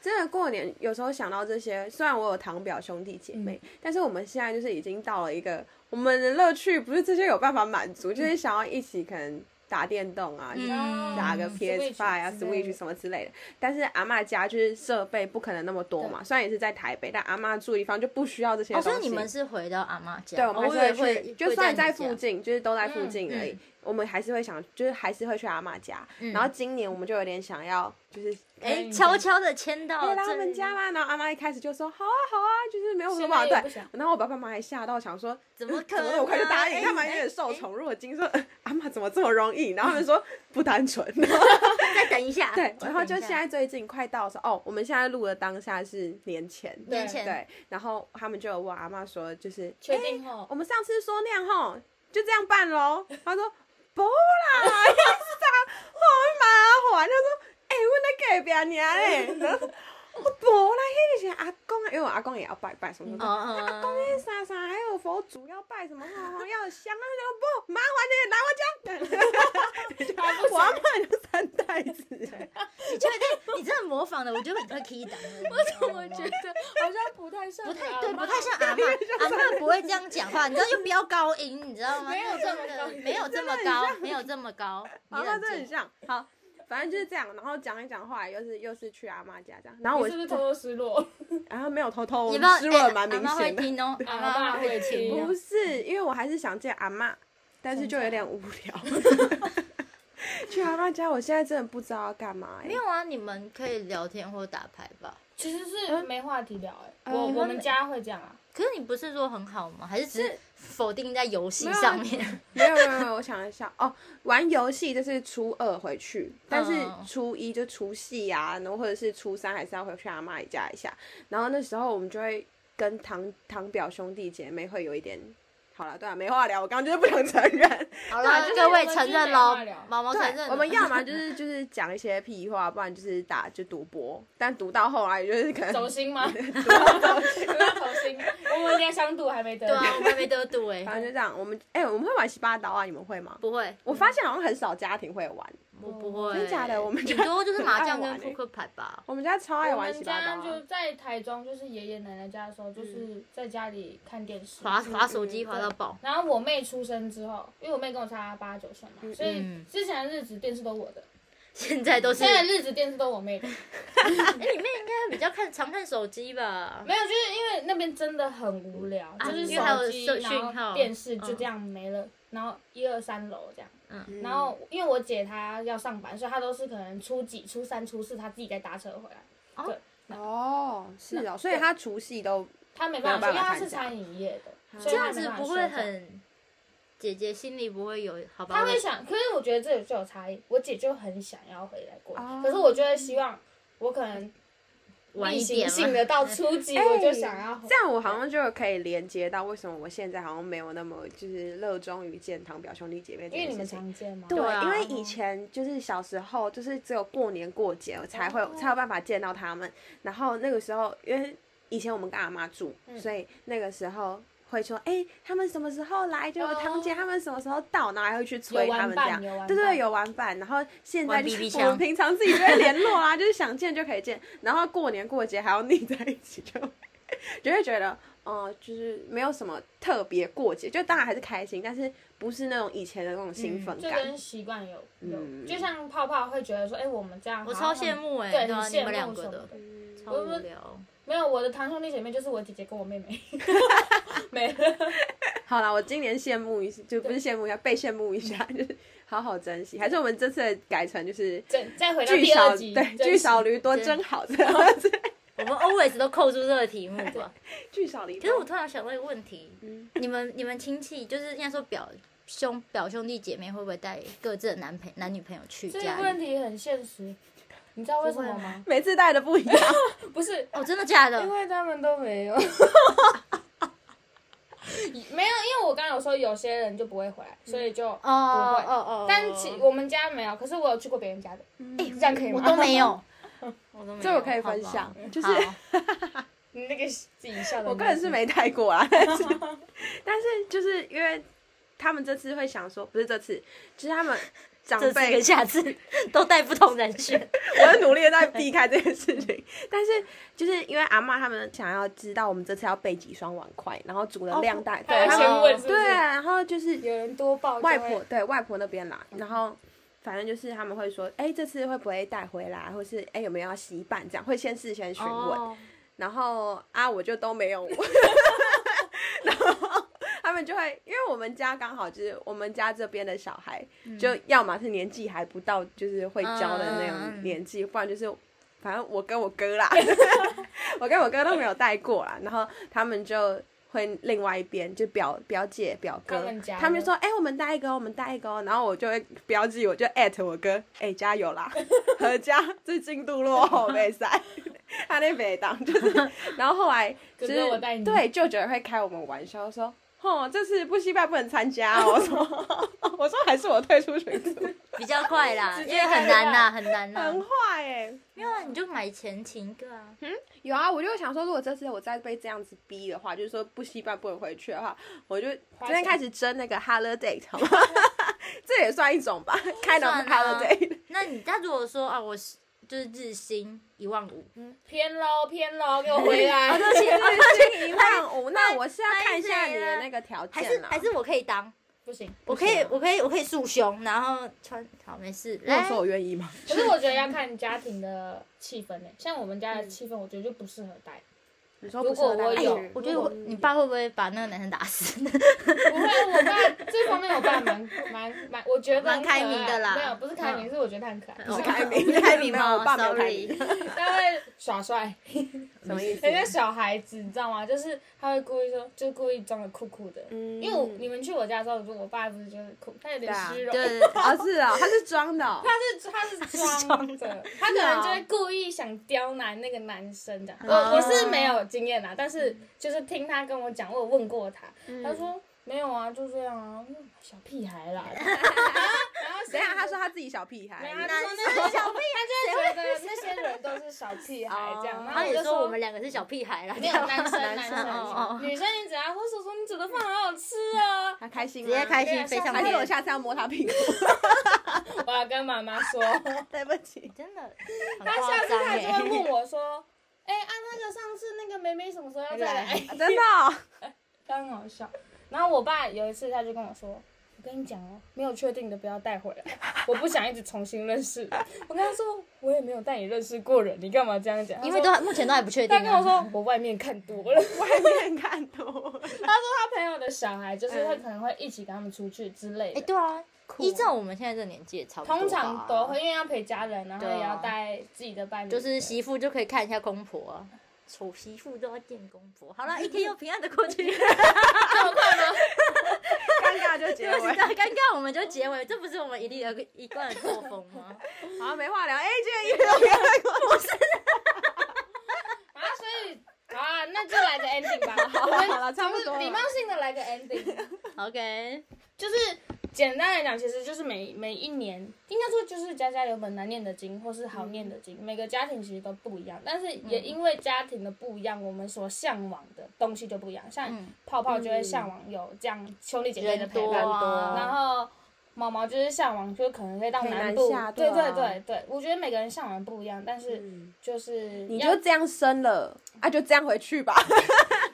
S2: 真的过年有时候想到这些，虽然我有堂表兄弟姐妹，但是我们现在就是已经到了一个我们的乐趣不是这些有办法满足，就是想要一起可能打电动啊，就是
S1: 嗯
S2: 打个 PS
S3: Switch
S2: Five 啊、
S3: 之类的
S2: Switch 什么之类的。但是阿嬷家就是设备不可能那么多嘛，虽然也是在台北，但阿嬷住的地方就不需要这些
S1: 哦，
S2: 东
S1: 所
S2: 西。
S1: 以你们是回到阿妈家？
S2: 对，我
S1: 哦
S2: 们
S1: 我以为
S2: 还是会去，就
S1: 会
S2: 算
S1: 在
S2: 在
S1: 你家
S2: 附近，就是都在附
S3: 嗯
S2: 近而已
S1: 嗯。
S2: 我们还是会想，就是还是会去阿嬷家。
S1: 嗯
S2: 然后今年我们就有点想要，就是
S1: 哎，
S3: 嗯
S1: 悄悄的签到
S2: 可以
S1: 哦这
S2: 来我们
S1: 里，
S2: 哎家吗？然后阿妈一开始就说好啊好啊，就是没有什么不好
S3: 现在也不
S2: 对
S3: 想。
S2: 然后我爸爸妈妈还吓到，想说
S1: 怎么可
S2: 怎
S1: 能？
S2: 么
S1: 啊
S2: 那么快就答应？他们有
S1: 哎
S2: 点受宠若惊，说呃阿妈怎么这么容易？然后他们说不单纯。
S1: *laughs* 哎再等一下，
S2: 对，
S1: 再
S2: 然后
S1: 等
S2: 就
S1: 一
S2: 现
S1: 下
S2: 在最近快到的时候，哦，我们现在录的当下是年前，
S3: 对
S1: 年前
S2: 对。然后他们就有问阿妈说，就是哎
S3: 确定哦后
S2: 我们上次说那样吼，就这样办喽。他说不啦，要啥好麻烦。他说哎、欸，我那隔壁娘嘞。然后说我不啦，那是阿公啊，因为我阿公也要拜拜什么什
S1: 哦
S2: 么。
S1: 哦 *laughs*
S2: 阿公那啥啥，还有佛祖要拜什么，哦要有香啊，那个不麻烦你来
S1: *laughs*
S3: 还
S2: 我
S3: 不
S2: 家，我阿
S3: 想，
S2: 妈有三代 *laughs* 子，
S1: 你确定？你真的模仿的，我觉得你会 key 档。我
S3: 我怎么觉得好像哎不太像
S1: 不太
S2: 呃
S3: 阿嬷
S1: 对，不太像阿
S2: *laughs*
S1: 妈，阿妈不会这样讲话，你知道又飙高音，你知道吗？
S3: 没有这么
S1: 真
S3: 高
S1: 的
S3: 音
S1: 没有这么高，没有这么高，你
S2: *laughs* 阿妈
S1: 冷
S2: 真的很
S1: 静。
S2: 像。好，反正就是这样，然后讲一讲，后来又是又是去阿妈家这样，然后
S3: 你
S2: 我
S3: 是不是偷偷失落？
S2: 然后没有偷偷，我
S1: 你不
S2: 们失
S1: 知道，
S2: 落
S1: 哎
S2: 得蛮明
S1: 阿嬷会
S2: 显的。
S1: 听哦，
S3: 阿嬷
S1: 嬷
S3: 会听
S1: 哦
S2: 不是，因为我还是想见阿妈，但是就有点无聊。 *laughs* 去阿妈家，我现在真的不知道要干嘛、
S1: *laughs*
S2: 欸。
S1: 没有啊，你们可以聊天或打牌吧。
S3: *laughs* 其实是没话题聊哎，
S2: 嗯
S3: 我
S2: 你们
S3: 我们家会这样啊，
S1: 可是你不是说很好吗？还是只是否定在游戏
S2: 没有啊
S1: 上
S2: *laughs*
S1: 面？
S2: 没有，没有，没有。我想一下，哦，玩游戏就是初二回去，但是
S1: 嗯
S2: 初一就除夕啊，然后或者是初三还是要回去阿妈家一下。然后那时候我们就会跟堂堂表兄弟姐妹会有一点，好了，对啊，没话聊。我刚刚就是不想承
S1: *laughs*
S2: 认。
S1: 好
S3: 那
S1: 了
S3: 就，是
S2: 啊
S1: 各位
S3: 我们
S1: 承
S3: 就是
S1: 认
S3: 没
S1: 喽
S3: 话聊，
S1: 毛毛
S2: 对，
S1: 承认了。
S2: 我们要么就是就是讲一些屁话，不然就是打就赌博，但赌到后来就是可能
S3: 走心
S2: *laughs*
S3: 吗？不要走心，我们连想赌还没得
S1: *laughs* 对。啊，我们还没得
S2: *laughs*
S1: 赌哎，
S2: 反正就这样，我们哎、我们会玩洗八刀啊，你们会吗？
S1: 不会，
S2: 我发现好像很少家庭会玩，
S1: 我不会，
S2: 真假的我们
S1: 顶
S2: 家
S1: 多就是
S2: 很
S1: 麻
S2: 爱
S1: 将跟
S2: 玩
S1: 扑
S2: 欸
S1: 克牌吧。
S2: 我们家超爱
S3: 我
S2: 玩
S3: 们
S2: 洗八
S3: 家
S2: 刀、
S3: 就
S2: 啊。嗯
S3: 在台中，就是爷爷奶奶家的时候，就是在家里看电视。
S1: 滑滑手机滑到爆，
S3: 然后我妹出生之后，因为我妹跟我差八九岁嘛，所以
S1: 嗯
S3: 之前的日子电视都我的，
S1: 现在都是。
S3: 现在的
S1: 哎，
S3: 日子电视都我妹的。
S1: 你妹哎应该比较看常看手机吧？
S3: 没有，就是因为那边真的很无聊，就是
S1: 啊因为还有
S3: 手机，
S1: 社讯
S3: 然
S1: 号
S3: 后电视就这样没了，然后一二三楼这样。
S1: 嗯
S3: 然后因为我姐她要上班，所以她都是可能初几、初三、初四她自己再搭车回来，
S2: 哦，是哦，所以他除夕都
S3: 她没办法，
S2: 没有办法
S3: 因为她是
S2: 参加
S3: 餐饮业的，所
S1: 这
S3: 以她
S1: 样
S3: 没
S1: 子
S3: 办法
S1: 不
S3: 休
S1: 会
S3: 假
S1: 很，姐姐心里不会有好吧？
S3: 他会想，可是我觉得这里就有差异。我姐就很想要回来过，
S2: 哦
S3: 可是我就会希望我可能
S1: 晚
S3: 例
S1: 一
S3: 行
S1: 点
S3: 性
S1: 嘛
S3: 的到初级，哎我就想要
S2: 这样我好像就可以连接到为什么我现在好像没有那么就是热衷于见堂表兄弟姐妹这
S3: 因为你
S2: 件事
S3: 们常
S2: 情。
S3: 见嘛。
S2: 对，
S1: 对啊
S2: 因为以前就是小时候，就是只有过年过节我才会、
S3: 哦
S2: 才有办法见到他们。然后那个时候，因为以前我们跟阿妈住，
S3: 嗯
S2: 所以那个时候会说，哎、他们什么时候来？就有堂姐、他们什么时候到，然后还会去催他们这样
S3: 哦有玩伴有玩。伴
S2: 对对，有玩伴。然后现在
S1: 玩
S2: 就
S1: BB
S2: 是我
S1: 枪
S2: 们平常自己就会联络啊，就是想见就可以见。然后过年过节还要腻在一起就，就会觉得。嗯，就是没有什么特别过节，就当然还是开心，但是不是那种以前的那种兴奋
S3: 嗯就
S2: 感。
S3: 跟习惯有有，
S2: 嗯
S3: 就像泡泡会觉得说，哎，我们这样好
S1: 我
S3: 像很，
S1: 超羡慕哎、
S3: 对，
S1: 对啊，
S3: 很
S1: 你
S3: 羡慕
S1: 们两
S3: 什
S1: 个
S3: 么
S1: 的
S3: 的。
S1: 超
S3: 我
S1: 无
S3: 们
S1: 聊。
S3: 没有，我的堂兄弟姐妹就是我姐姐跟我妹
S1: *laughs*
S3: 妹，没了。
S2: 好啦，我今年羡慕一下，就不是羡慕一下，被羡慕一下，
S3: 嗯
S2: 就是好好珍惜。还是我们这次改成就是
S3: 再再回到
S2: 聚
S3: 第
S2: 少
S3: 二集，
S2: 对
S3: 真
S2: 聚少
S3: 是
S2: 离多
S1: 真
S2: 真好这样子，
S1: 我们 always 都扣住这个题目吧。
S2: *laughs* 聚少离
S1: 可是我
S2: 多。
S1: 突然想到一个问题，
S2: 嗯
S1: 你们你们亲戚就是应该说表兄表兄弟姐妹会不会带各自的男朋男女朋友去
S3: 这个
S1: 家
S3: 问
S1: 里？
S3: 题很现实，你知道为什么
S1: 不会
S3: 吗？
S2: 每次带的不一样，
S3: 不是，
S1: 哦，真的假的
S3: 因？为他们都没有。 *laughs* 没有，因为我刚刚有说有些人就不会回来，所以就
S1: 哦哦
S3: 不会。
S1: 哦，嗯
S3: 但其我们家没有，可是我有去过别人家的，哎这样可以
S1: 我
S3: 吗？
S1: 都没有，
S3: *laughs*
S1: 我都没有。
S2: 这我可以分
S1: 好吧
S2: 享，就是
S1: 好
S3: 你那个自己笑的。
S2: 我个人是，没带
S3: *laughs*
S2: 过啊，但是但是就是因为他们这次会想说，不是这次，就是他们长
S1: 这次
S2: 辈
S1: 跟下次 *laughs* 都带不同人
S3: *laughs*
S1: 去。
S2: *laughs* 我很努力的在避开这件事情，但是就是因为阿嬷他们想要知道我们这次要备几双碗筷，然后煮的量大，
S3: 哦还要
S2: 对，他
S1: 她
S2: 们
S3: 先问是不
S2: 对，
S3: 是？
S2: 然后就是
S3: 有人多报哦就会
S2: 外婆对外婆那边啦，然后反正就是他们会说，哎、这次会不会带回来，或是哎、有没有要洗板这样，会先事先询问，
S3: 哦
S2: 然后啊我就都没有，然后他们就会，因为我们家刚好就是我们家这边的小孩，就要么是年纪还不到就是会教的
S1: 嗯嗯
S2: 那种
S1: 嗯
S2: 年纪，不然就是。反正我跟我哥啦，我跟我哥都没有带过啦，然后他们就会另外一边就表表姐表哥，
S3: 他们家
S2: 他们就说：“哎、我们带一个哦，我们带一个哦。”然后我就会标记，我就艾特我哥：“哎、加油啦，合家这进度落后没赛，他那北当 *laughs* 就是。”然后后 *laughs* 来就是
S3: 哥哥我带你
S2: 对舅舅也会开我们玩笑说。哦，这次不惜拜不能参加 *laughs* 哦。我说，我说还是我退出群 *laughs* 组，
S1: 比较快 *laughs* 啦，
S3: 直
S1: 因
S3: 接
S1: 为很难呐，很难
S2: 很
S1: 呐。
S2: 坏哎、
S1: 没有啊，你就买前请一个啊。
S2: 有啊，我就想说，如果这次我再被这样子逼的话，就是说不稀饭不能回去的话，我就
S3: 花
S2: 今天
S3: 钱
S2: 开始争那个 holiday，好 *laughs* 吗？这也算一种 *laughs* 吧，开的
S1: 算啊
S2: holiday。
S1: 那你他如果说啊，我是就是日薪一万五，
S3: 偏喽偏喽，给我回
S1: 哎啊
S3: 来。
S2: *laughs* 其实是一万五，啊那我是要
S1: 太
S2: 看一下
S1: 累
S2: 你的
S1: 了
S2: 那个条件啊
S1: 还是
S2: 啦
S1: 还是我可以当，
S3: 不行，
S1: 我可以我可以我可以束胸，然后穿好没事。
S3: 哎
S2: 如果
S1: 来
S2: 说我愿意吗？
S3: 可是我觉得要看家庭的气氛呢、欸像我们家的气氛，我觉得就不适合带。
S2: 你说
S3: 如
S2: 不适合
S3: 果我
S2: 带
S3: 有
S2: 去
S1: 哎我觉得我你爸会不会把那个男生打死？
S3: 不会，我爸这方面我爸蛮蛮蛮，我觉得很可爱
S1: 蛮开明的啦嗯
S3: 没有，不是开明，是我觉得他很可爱，
S1: *laughs* 哦
S2: 开明
S1: 不是开明
S2: 没有
S1: 吗
S2: 我爸没有开
S1: ？Sorry，哦
S2: 明
S3: 他会
S1: *laughs*
S3: 耍帅，
S2: 什么意思
S3: 人？家小孩子你知道吗？就是他会故意说，就故意装的酷酷的。
S2: 嗯
S3: 因为我你们去我家的时候，我爸不是就是酷，他有点虚荣，
S1: 对对对
S2: 哦是哦，他是装的哦，
S3: 他是他是装的，他可能就会故意想刁难那个男生的。我我是没有经验啦，但是就是听他跟我讲，我有问过他，他说没有啊，就这样啊，嗯小屁孩啦。然后然后
S2: 等一下他
S3: 说。
S2: 说他自己小屁
S3: 没
S2: 孩
S3: 有，，啊他就说那些小屁孩，他就会觉得那些人都是小屁孩哎这样。然后
S1: 他
S3: 我
S1: 也
S3: 就
S1: 说我们两个是小屁孩啦，
S3: 没有男
S1: *laughs*
S3: 生，男
S1: 生哦哦
S3: 生，女生你只要或者说你煮的饭好好吃哦，
S2: 他开心
S1: 直
S2: 吗
S1: 接开心飞上
S2: 还是我
S1: 天，
S2: 下次要摸他屁股？
S3: 我要跟妈妈说。
S2: 对不起。
S1: 真的很
S3: 他下
S1: 夸
S3: 次
S1: 张
S3: 他就会
S1: 哎。
S3: 问我说，哎啊那个上次那个梅梅什么时候要再来？
S2: 啊真的哦、
S3: 刚好笑。然后我爸有一次他就跟我说。我跟你讲哦，没有确定的不要带回来， *laughs* 我不想一直重新认识。我跟他说，我也没有带你认识过人，你干嘛这样讲？他
S1: 因为
S3: 说
S1: 都还目前都还不确定、
S3: 他
S1: 啊。
S3: 跟我说，我外面看多了。
S2: 外面看多。
S3: 他说他朋友的小孩就是会可能会一起跟他们出去之类
S1: 嗯哎、
S3: 的，
S1: 对啊，依照我们现在这年纪也差不多吧，
S3: 通常都会因为要陪家人，然后
S1: 对啊
S3: 也要带自己的伴侣，
S1: 就是媳妇就可以看一下公婆、啊，丑媳妇都要见公婆。好了， *laughs* 一天又平安的过去，
S3: *laughs*
S2: 尴尬就结
S1: 对不
S2: 尾
S1: 起，，大尴尬我们就结尾，这不是我们一律而一贯 *laughs* 的作风吗？
S2: 好，没话聊。哎、这个一直都没有过，
S3: 啊那就来个 ending 吧，好
S4: 了好了差不多了
S3: 礼貌性的来个 ending，
S1: OK，
S3: 啊 *laughs* 就是简单来讲，其实就是每每一年，应该说就是家家有本难念的经，或是好念的经，每个家庭其实都不一样，但是也因为家庭的不一样，我们所向往的东西就不一样，像
S1: 嗯
S3: 泡泡就会向往有这样兄弟姐妹的
S1: 人
S3: 陪
S1: 多
S3: 伴，
S1: 啊，
S3: 然后毛毛就是向往，就是可能会到
S2: 可以
S3: 南
S2: 南
S3: 部，
S2: 下
S3: 对
S2: 对
S3: 对
S2: 啊
S3: 对对，我觉得每个人向往的不一样，但是
S2: 嗯
S3: 就是
S2: 你
S3: 要
S2: 就这样生了，啊，就这样回去吧。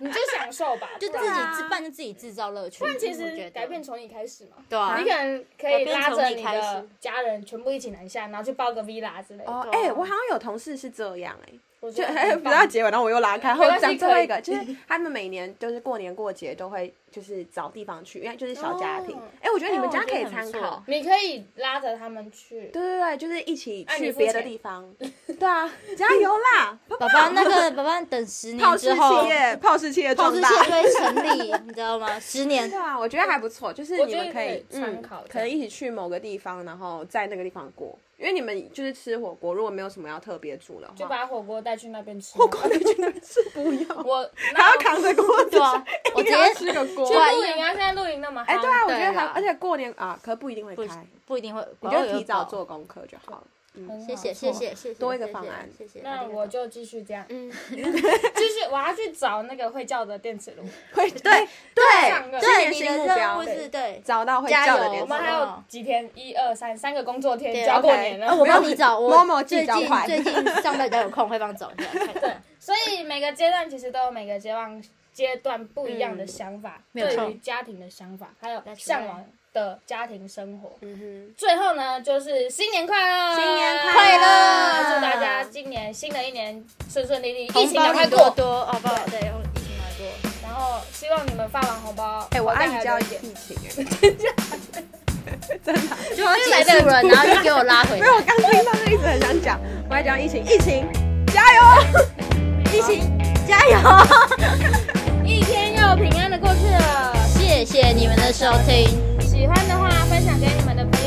S3: 你就享受吧，
S1: 就自
S3: 不然
S1: 己自办，就自己制造乐趣。
S3: 但其
S1: 我觉
S3: 实
S1: 得
S3: 改变从你开始嘛。
S1: 对啊
S3: 你，可能可
S1: 改
S3: 以
S1: 变
S3: 拉
S1: 从
S3: 着
S1: 你
S3: 你
S1: 开
S3: 的
S1: 始
S3: 家人全部一起南下，然后去包个 villa 之类的。嗯
S2: 哦，
S1: 对啊
S2: 哎、我好像有同事是这样、哎。
S3: 我觉
S2: 就
S3: 得
S2: 哎，
S3: 很
S2: 不到
S3: 棒。
S2: 结尾，然后我又拉开。后
S3: 没关系
S2: 讲最后一个，就是他们每年就是过年过节都会就是找地方去，因为就是小家庭
S3: 哦。
S2: 哎，我觉得你
S1: 哎
S2: 们
S1: 我
S2: 家
S1: 觉得
S2: 可以
S1: 很
S2: 参
S1: 不错
S2: 考。
S3: 你可以拉着他们去，
S2: 对对对，就是一起
S3: 哎你
S2: 去
S3: 付
S2: 别的
S3: 钱
S2: 地方。对啊，加油啦！
S1: 爸爸那个 *laughs* 爸爸等十
S2: 泡
S1: 年
S2: 式
S1: 之后
S2: 企，业，泡式企业
S1: 投
S2: 壮
S1: 资
S2: 大。
S1: 线就会成立， *laughs* 你知道吗？十年
S2: 对啊，我觉得还不错，就是
S3: 我
S2: 你
S3: 觉得
S2: 们可以嗯
S3: 可以参考
S2: 可能一起去某个地方，然后在那个地方过。因为你们就是吃火锅，如果没有什么要特别煮的
S3: 就
S2: 话，
S3: 把火锅带去那边吃。火锅
S2: 那就吃不要， *laughs*
S3: 我
S2: 还
S3: 还
S2: 要扛着锅子
S1: 对啊，我直
S2: 一定要
S1: 接
S2: 吃个锅
S3: 去。
S1: 对啊
S3: 露营啊！现在露营那么
S2: 哎，
S3: 夯
S2: 对啊，我觉得
S1: 对
S2: 还
S1: 啦
S2: 而且过年啊，可不一定会
S1: 不
S2: 开，
S1: 不一定会，
S2: 你
S1: 偶尔
S2: 就
S1: 有
S2: 提早
S1: 搞。
S2: 做功课就好了。
S3: 很好
S1: 谢谢谢谢谢谢，
S2: 多一个
S1: 谢谢
S2: 方案
S1: 谢谢。
S3: 那
S1: 啊
S3: 我就继续这样，
S2: *laughs*
S3: 嗯，继续，我要去找那个会叫的电磁炉。
S2: *laughs* 会对
S3: 上个
S2: 对，
S1: 对
S2: 对
S1: 你
S2: 你
S1: 的
S2: 的
S1: 任
S2: 任
S1: 务
S2: 务
S1: 是
S2: 是
S1: 对。
S2: 找到会
S1: 加
S2: 叫
S1: 油
S2: 的点
S3: 我
S2: 子
S3: 们。还有几天，一二三，三个工作天
S1: 哦对
S3: 就要过
S2: OK
S3: 年
S2: 啊
S3: 了
S1: 我。
S2: 没有
S1: 帮你找，我
S2: Momo
S1: 最
S2: 记较
S1: 近
S2: 快
S1: 最近上班比较有空，会帮我找一 *laughs* 下。看看
S3: 所以每个阶段其实都有每个阶段阶段不一样的想法，
S1: 嗯没有错
S3: 对于家庭的想法，还有向往的家庭生活。
S2: 嗯哼，
S3: 最后呢，就是新年快乐，
S2: 新年
S1: 快乐
S3: 祝大家今年新的一年顺顺利利，疫
S1: 红
S3: 情
S1: 包
S3: 赶快
S1: 领多
S3: 过，
S1: 多，哦不好？对，疫情来过。
S3: 然后希望你们发完红包，
S2: 哎，我
S3: 口袋
S2: 阿
S3: 还
S2: 姨叫
S3: 有
S2: 疫
S3: 点
S2: 情哎，
S1: 就要结束 *laughs* 了，然后又给我拉回
S2: 因
S1: 来
S2: 为。我刚听到就一直很想讲，我还讲疫情，疫情加油，
S1: 疫情加
S2: *laughs*
S1: 油！
S3: 一天又平安的过去了。
S1: 谢谢你们的收听。
S3: 喜欢的话，分享给你们的朋哦